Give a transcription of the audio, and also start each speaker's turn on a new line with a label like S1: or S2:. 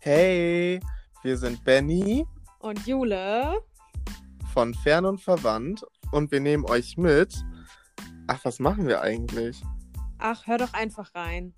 S1: Hey, wir sind Benny
S2: und Jule.
S1: von Fern und Verwandt und wir nehmen euch mit. Ach, was machen wir eigentlich?
S2: Ach, hör doch einfach rein.